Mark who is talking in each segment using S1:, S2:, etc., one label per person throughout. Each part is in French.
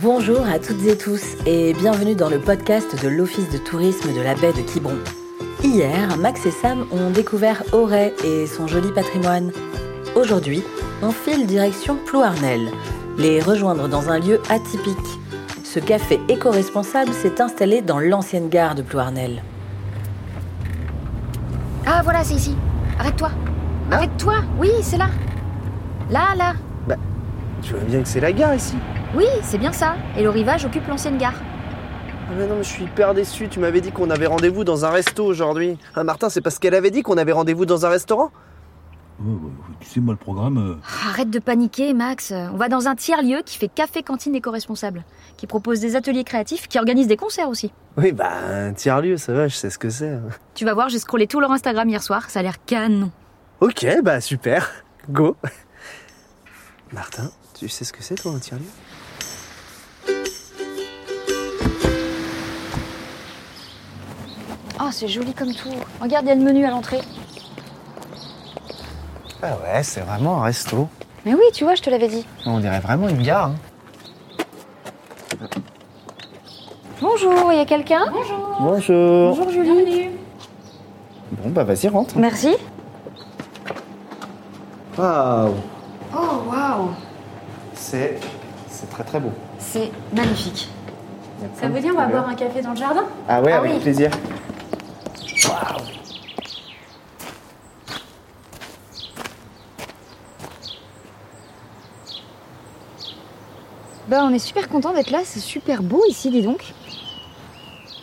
S1: Bonjour à toutes et tous et bienvenue dans le podcast de l'Office de tourisme de la baie de Quiberon. Hier, Max et Sam ont découvert Auray et son joli patrimoine. Aujourd'hui, on file direction Plouarnel, les rejoindre dans un lieu atypique. Ce café éco-responsable s'est installé dans l'ancienne gare de Plouarnel.
S2: Ah, voilà, c'est ici. Arrête-toi. Arrête-toi. Oui, c'est là. Là, là.
S3: Tu vois bien que c'est la gare ici.
S2: Oui, c'est bien ça. Et le rivage occupe l'ancienne gare.
S3: Ah mais non, mais je suis hyper déçu. Tu m'avais dit qu'on avait rendez-vous dans un resto aujourd'hui. Ah Martin, c'est parce qu'elle avait dit qu'on avait rendez-vous dans un restaurant
S4: Ouais, ouais, ouais, tu sais, moi, le programme. euh,
S2: Ah, Arrête de paniquer, Max. On va dans un tiers-lieu qui fait café, cantine éco-responsable, qui propose des ateliers créatifs, qui organise des concerts aussi.
S3: Oui, bah, un tiers-lieu, ça va, je sais ce que c'est.
S2: Tu vas voir, j'ai scrollé tout leur Instagram hier soir, ça a l'air canon.
S3: Ok, bah super. Go. Martin, tu sais ce que c'est toi un tiers-lieu
S2: Oh, c'est joli comme tout. Regarde, il y a le menu à l'entrée.
S3: Ah ouais, c'est vraiment un resto.
S2: Mais oui, tu vois, je te l'avais dit.
S3: On dirait vraiment une gare. hein.
S2: Bonjour, il y a quelqu'un
S3: Bonjour.
S2: Julie.
S3: Bon, bah vas-y, rentre.
S2: Merci.
S3: Waouh.
S2: Oh, waouh.
S3: C'est. C'est très très beau.
S2: C'est magnifique.
S5: Ça veut dire on va boire un café dans le jardin
S3: Ah ouais,
S2: Ah avec oui.
S3: plaisir.
S2: Bah, on est super content d'être là, c'est super beau ici, dis donc.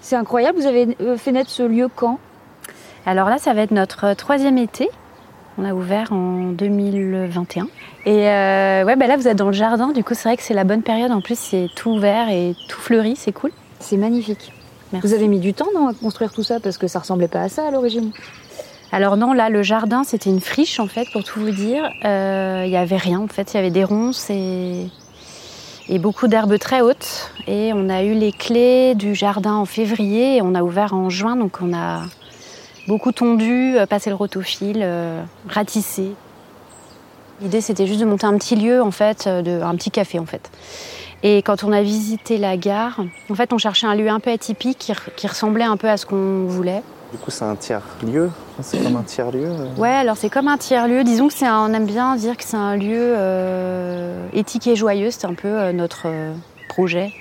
S2: C'est incroyable, vous avez euh, fait naître ce lieu quand
S6: Alors là, ça va être notre euh, troisième été. On a ouvert en 2021. Et euh, ouais, bah là, vous êtes dans le jardin. Du coup, c'est vrai que c'est la bonne période. En plus, c'est tout ouvert et tout fleuri. C'est cool.
S2: C'est magnifique.
S6: Merci.
S2: Vous avez mis du temps non, à construire tout ça parce que ça ressemblait pas à ça à l'origine.
S6: Alors non, là, le jardin, c'était une friche, en fait, pour tout vous dire. Euh, Il y avait rien, en fait. Il y avait des ronces et, et beaucoup d'herbes très hautes. Et on a eu les clés du jardin en février et on a ouvert en juin. Donc, on a beaucoup tondu, euh, passé le rotofil, euh, ratissé. L'idée, c'était juste de monter un petit lieu, en fait, euh, de, un petit café, en fait. Et quand on a visité la gare, en fait, on cherchait un lieu un peu atypique qui re- qui ressemblait un peu à ce qu'on voulait.
S3: Du coup, c'est un tiers-lieu. C'est comme un tiers-lieu. euh.
S6: Ouais, alors c'est comme un tiers-lieu. Disons que c'est un- on aime bien dire que c'est un lieu euh, éthique et joyeux. C'est un peu euh, notre euh, projet.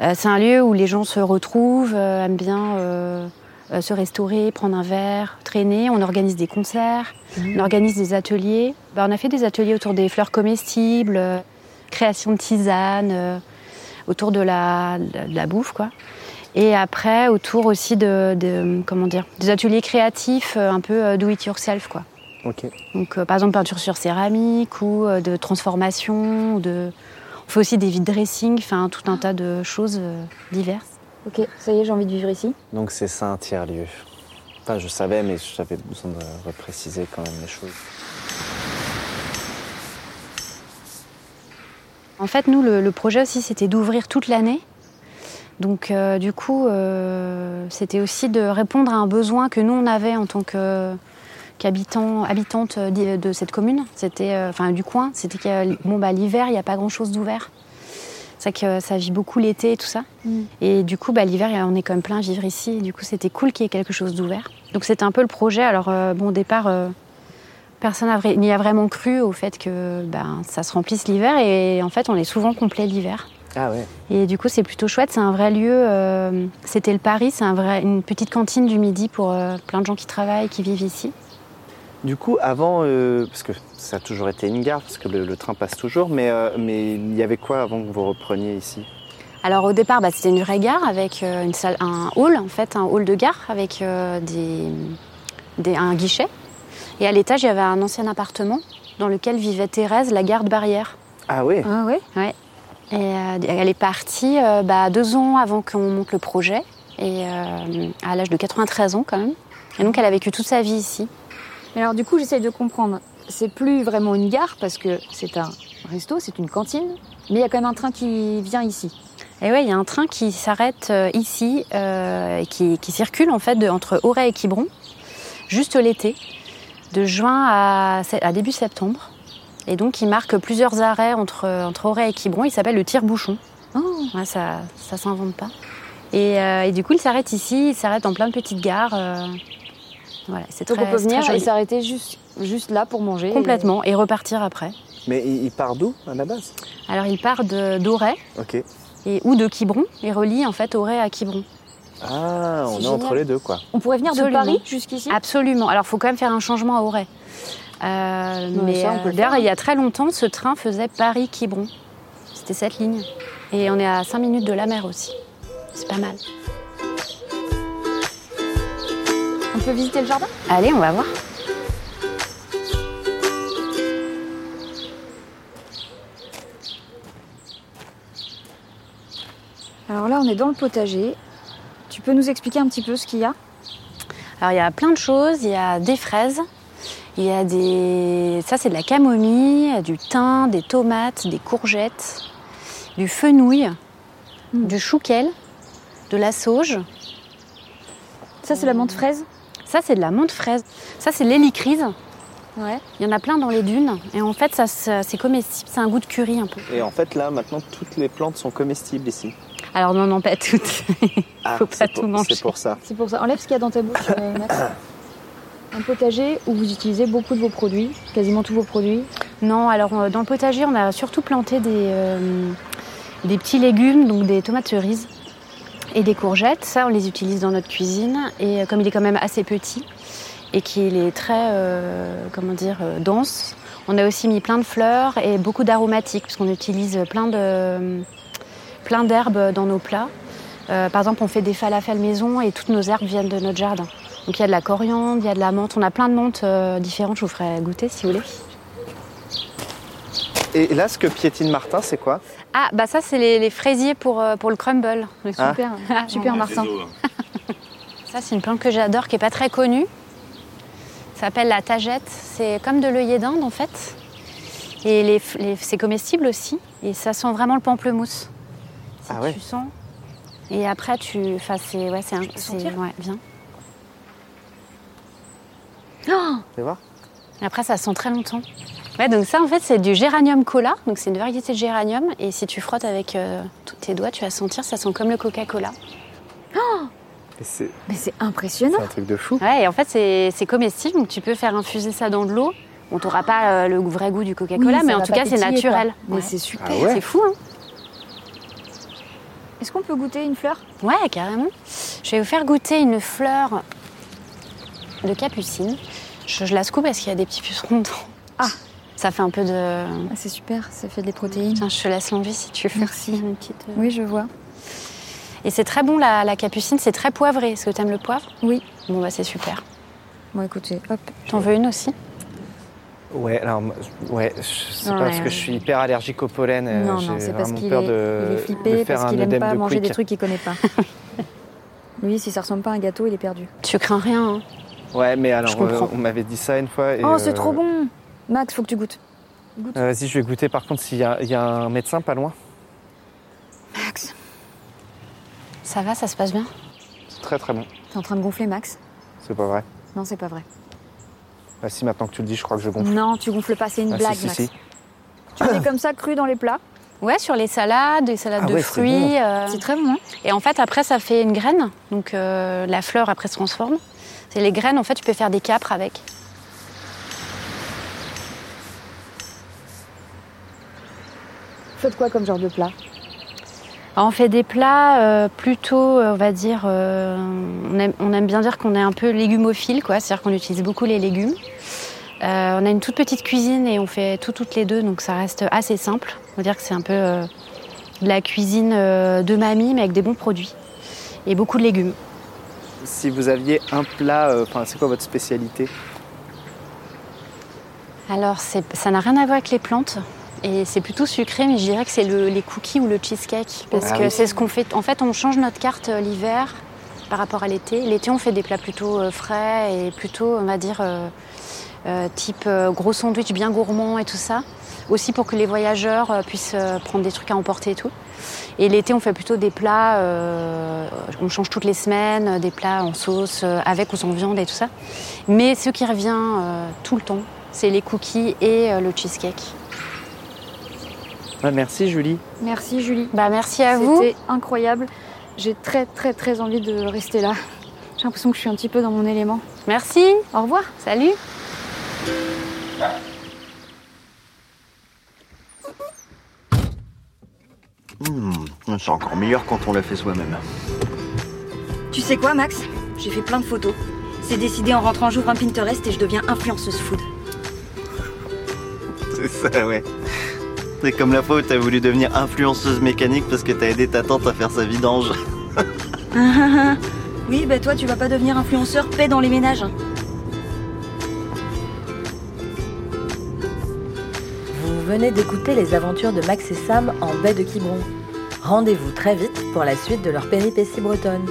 S6: Euh, c'est un lieu où les gens se retrouvent, euh, aiment bien euh, euh, se restaurer, prendre un verre, traîner. On organise des concerts, on organise des ateliers. Bah, on a fait des ateliers autour des fleurs comestibles, euh, création de tisanes, euh, autour de la, de la bouffe, quoi. Et après, autour aussi de, de- comment dire, des ateliers créatifs, euh, un peu euh, do it yourself, quoi.
S3: Ok.
S6: Donc, euh, par exemple, peinture sur céramique ou euh, de transformation. ou De... On fait aussi des vides dressing, enfin, tout un tas de choses euh, diverses.
S2: Ok, ça y est, j'ai envie de vivre ici.
S3: Donc c'est ça un tiers-lieu. Enfin, je savais, mais j'avais besoin de repréciser quand même les choses.
S6: En fait, nous, le, le projet aussi, c'était d'ouvrir toute l'année. Donc, euh, du coup, euh, c'était aussi de répondre à un besoin que nous, on avait en tant que qu'habitants, habitantes d'I- de cette commune, c'était, euh, enfin du coin, c'était que euh, bon, bah, l'hiver, il n'y a pas grand-chose d'ouvert. C'est vrai que euh, ça vit beaucoup l'été et tout ça.
S2: Mm.
S6: Et du coup, bah, l'hiver, on est quand même plein à vivre ici. Et du coup, c'était cool qu'il y ait quelque chose d'ouvert. Donc, c'était un peu le projet. Alors, euh, bon, au départ, euh, personne n'a vra- n'y a vraiment cru au fait que ben, ça se remplisse l'hiver. Et en fait, on est souvent complet l'hiver.
S3: Ah ouais.
S6: Et du coup, c'est plutôt chouette. C'est un vrai lieu. euh, C'était le Paris. C'est un vrai, une petite cantine du midi pour euh, plein de gens qui travaillent, qui vivent ici.
S3: Du coup, avant, euh, parce que ça a toujours été une gare, parce que le, le train passe toujours, mais euh, mais il y avait quoi avant que vous repreniez ici
S6: Alors au départ, bah, c'était une vraie gare avec euh, une salle, un hall en fait, un hall de gare avec euh, des, des- un guichet. Et à l'étage, il y avait un ancien appartement dans lequel vivait Thérèse, la garde barrière.
S3: Ah ouais.
S2: Ah ouais
S6: Et euh, elle est partie euh, bah, deux ans avant qu'on monte le projet, et euh, à l'âge de 93 ans quand même. Et donc elle a vécu toute sa vie ici.
S2: Mais alors du coup, j'essaye de comprendre. C'est plus vraiment une gare parce que c'est un resto, c'est une cantine, mais il y a quand même un train qui vient ici.
S6: Et Eh ouais, il y a un train qui s'arrête euh, ici, euh, et qui, qui circule en fait de- entre Auray et Quiberon, juste l'été, de juin à, se- à début septembre. Et donc, il marque plusieurs arrêts entre, entre Auray et Quiberon. Il s'appelle le tire-bouchon.
S2: Oh,
S6: Ouais, ça ça s'invente pas. Et, euh, et du coup, il s'arrête ici, il s'arrête dans plein de petites gares. euh, voilà, c'est très,
S2: Donc on peut
S6: c'est très
S2: venir et
S6: joli.
S2: s'arrêter juste, juste là pour manger.
S6: complètement et repartir après.
S3: Mais il, il part d'où à la base
S6: Alors il part de d'Auray
S3: Ok.
S6: et ou de Quiberon et relie en fait Auray à Quiberon.
S3: Ah, on est
S2: génial.
S3: entre les deux quoi.
S2: On pourrait venir
S6: Absolument.
S2: de Paris jusqu'ici
S6: Absolument. Alors, il faut quand même faire un changement à Auray. Euh,
S2: Ouais,
S6: mais
S2: ça, on
S6: euh,
S2: peut le
S6: d'ailleurs,
S2: faire. hein.
S6: il y a très longtemps, ce train faisait Paris-Quiberon. C'était cette ligne. Et on est à 5 minutes de la mer aussi. C'est pas mal.
S2: On peut visiter le jardin
S6: Allez, on va voir.
S2: Alors là, on est dans le potager. Tu peux nous expliquer un petit peu ce qu'il y a
S6: Alors, il y a plein de choses. Il y a des fraises. Il y a des. Ça, c'est de la camomille, du thym, des tomates, des courgettes, du fenouil,
S2: Mm.
S6: du chouquel, de la sauge.
S2: Ça, c'est la menthe fraise
S6: Ça, c'est de la menthe fraise. Ça, c'est de l'hélicryse.
S2: Ouais.
S6: Il y en a plein dans les dunes. Et en fait, ça, se- c'est comestible. C'est un goût de curry un peu.
S3: Et en fait là maintenant toutes les plantes sont comestibles ici.
S6: Alors, non, non, pas toutes.
S3: Ah,
S6: Faut pas
S3: c'est
S6: tout
S3: pour-
S6: manger.
S3: C'est pour ça.
S2: C'est pour ça. Enlève ce qu'il y a dans ta bouche, euh, Max. Un potager où vous utilisez beaucoup de vos produits, quasiment tous vos produits.
S6: non, alors, euh, dans le potager, on a surtout planté des, euh, des petits légumes, donc des tomates cerises et des courgettes. Ça, on les utilise dans notre cuisine. Et euh, comme il est quand même assez petit et qu'il est très, euh, comment dire, euh, dense, on a aussi mis plein de fleurs et beaucoup d'aromatiques, parce qu'on utilise plein de plein d'herbes dans nos plats. Euh, par exemple, on fait des falafels maison et toutes nos herbes viennent de notre jardin. Donc il y a de la coriandre, il y a de la menthe, on a plein de menthes euh, différentes, je vous ferai goûter si vous voulez.
S3: Et là ce que piétine Martin c'est quoi
S6: Ah, bah ça, c'est les, les fraisiers pour, euh, pour le crumble.
S3: Ah.
S2: Super, super Martin.
S6: Ça, c'est une plante que j'adore, qui n'est pas très connue. Ça s'appelle la tagette. C'est comme de l'œillet d'Inde, en fait. Et les, f- les- c'est comestible aussi. Et ça sent vraiment le pamplemousse. Ça,
S3: Ah ouais.
S6: Tu sens. Et après, tu. Enfin, c'est. Ouais, c'est un. c'est-
S2: sentir
S6: Ouais, bien.
S3: Tu voir
S6: Après, ça sent très longtemps. Ouais, donc ça, en fait, c'est du géranium cola. Donc, c'est une variété de géranium. Et si tu frottes avec euh, tous tes doigts, tu vas sentir, ça sent comme le Coca-Cola.
S3: Et C'est
S2: Mais c'est
S3: c'est
S2: impressionnant.
S3: un truc de fou.
S6: Ouais, et en fait, c'est c'est comestible. Donc, tu peux faire infuser ça dans de l'eau. On t'aura pas euh, le vrai goût du Coca-Cola,
S2: Oui, ça
S6: mais en
S2: va
S6: tout
S2: pas
S6: cas, c'est
S2: pétiller, quoi.
S6: naturel.
S2: Mais
S6: Ouais.
S2: c'est super.
S3: Ah ouais
S6: C'est fou, hein
S2: Est-ce qu'on peut goûter une fleur
S6: Ouais, carrément. Je vais vous faire goûter une fleur de capucine. Je, je la scoop parce qu'il y a des petits pucerons dedans.
S2: Ah.
S6: Ça fait un peu de...
S2: ah, C'est super, ça fait des protéines.
S6: Tiens, je te laisse l'envie si tu veux.
S2: Merci.
S6: Une petite...
S2: Oui, je vois.
S6: Et c'est très bon, la, la capucine. C'est très poivré. Est-ce que t'aimes le poivre
S2: Oui.
S6: Bon, bah c'est super.
S2: Bon, écoutez, hop.
S6: T'en veux une aussi
S3: Ouais, alors, moi, je- ouais, je sais
S6: Ouais,
S3: pas parce
S6: ouais.
S3: que je suis hyper allergique au pollen. euh,
S2: non,
S3: j'ai
S2: non, c'est parce
S3: vraiment
S2: qu'il
S3: peur
S2: est,
S3: de,
S2: il est
S3: de
S2: flippé,
S3: faire
S2: parce
S3: un
S2: qu'il aime
S3: œdème
S2: pas
S3: de
S2: manger des
S3: quick.
S2: trucs qu'il connaît pas. Lui, si ça ressemble pas à un gâteau, il est perdu.
S6: Tu crains rien, hein
S3: Ouais, mais alors, euh,
S6: comprends.
S3: on m'avait dit ça une fois. Et,
S2: oh, c'est
S3: euh,
S2: trop bon Max, faut que tu goûtes.
S3: euh, Vas-y, je vais goûter. Par contre, s'il y, a- il y a un médecin pas loin,
S6: Ça va, ça se passe bien
S3: c'est très très bon.
S2: T'es en train de gonfler, Max
S3: C'est pas vrai.
S2: Non, c'est pas vrai.
S3: Ah, si, maintenant que tu le dis, je crois que je gonfle.
S2: Non, tu gonfles pas, c'est une
S3: Ah, si,
S2: blague,
S3: si,
S2: Max.
S3: si.
S2: Tu mets comme ça cru dans les plats.
S6: Ouais, sur les salades, des salades
S3: Ah
S6: de
S3: ouais, c'est
S6: fruits.
S3: bon.
S6: euh,
S2: C'est très bon. hein
S6: Et en fait, après, ça fait une graine. Donc, euh, la fleur, après, se transforme. C'est les graines, en fait, tu peux faire des capres avec.
S2: Faites quoi comme genre de plat
S6: Alors, on fait des plats euh, plutôt, euh, on va dire, euh, on, aime, on aime bien dire qu'on est un peu légumophile, quoi. C'est-à-dire qu'on utilise beaucoup les légumes. Euh, on a une toute petite cuisine et on fait tout toutes les deux, donc ça reste assez simple. On va dire que c'est un peu euh, de la cuisine euh, de mamie, mais avec des bons produits et beaucoup de légumes.
S3: Si vous aviez un plat, euh, enfin, c'est quoi votre spécialité
S6: Alors, c'est- ça n'a rien à voir avec les plantes. Et c'est plutôt sucré, mais je dirais que c'est le- les cookies ou le cheesecake. Parce
S3: Ah
S6: que
S3: oui.
S6: c'est ce qu'on fait. En fait, on change notre carte euh, l'hiver par rapport à l'été. L'été, on fait des plats plutôt euh, frais et plutôt, on va dire, euh, euh, type euh, gros sandwich bien gourmand et tout ça. Aussi pour que les voyageurs euh, puissent euh, prendre des trucs à emporter et tout. Et l'été, on fait plutôt des plats, euh, on change toutes les semaines, euh, des plats en sauce, euh, avec ou sans viande et tout ça. Mais ce qui revient euh, tout le temps, c'est les cookies et euh, le cheesecake.
S3: Ah, Ouais, merci Julie.
S2: Merci Julie.
S6: Bah, merci à vous.
S2: C'était incroyable. J'ai très très très envie de rester là. J'ai l'impression que je suis un petit peu dans mon élément.
S6: Merci.
S2: Au revoir.
S6: Salut.
S7: Mmh, c'est encore meilleur quand on l'a fait soi-même.
S8: Tu sais quoi, Max J'ai fait plein de photos. C'est décidé en rentrant, j'ouvre un Pinterest et je deviens influenceuse food.
S7: C'est ça, ouais. C'est comme la fois où t'as voulu devenir influenceuse mécanique parce que t'as aidé ta tante à faire sa vidange.
S8: oui, bah toi, tu vas pas devenir influenceur, paix dans les ménages.
S1: Vous venez d'écouter les aventures de Max et Sam en baie de Quiberon. Rendez-vous très vite pour la suite de leur péripétie bretonne.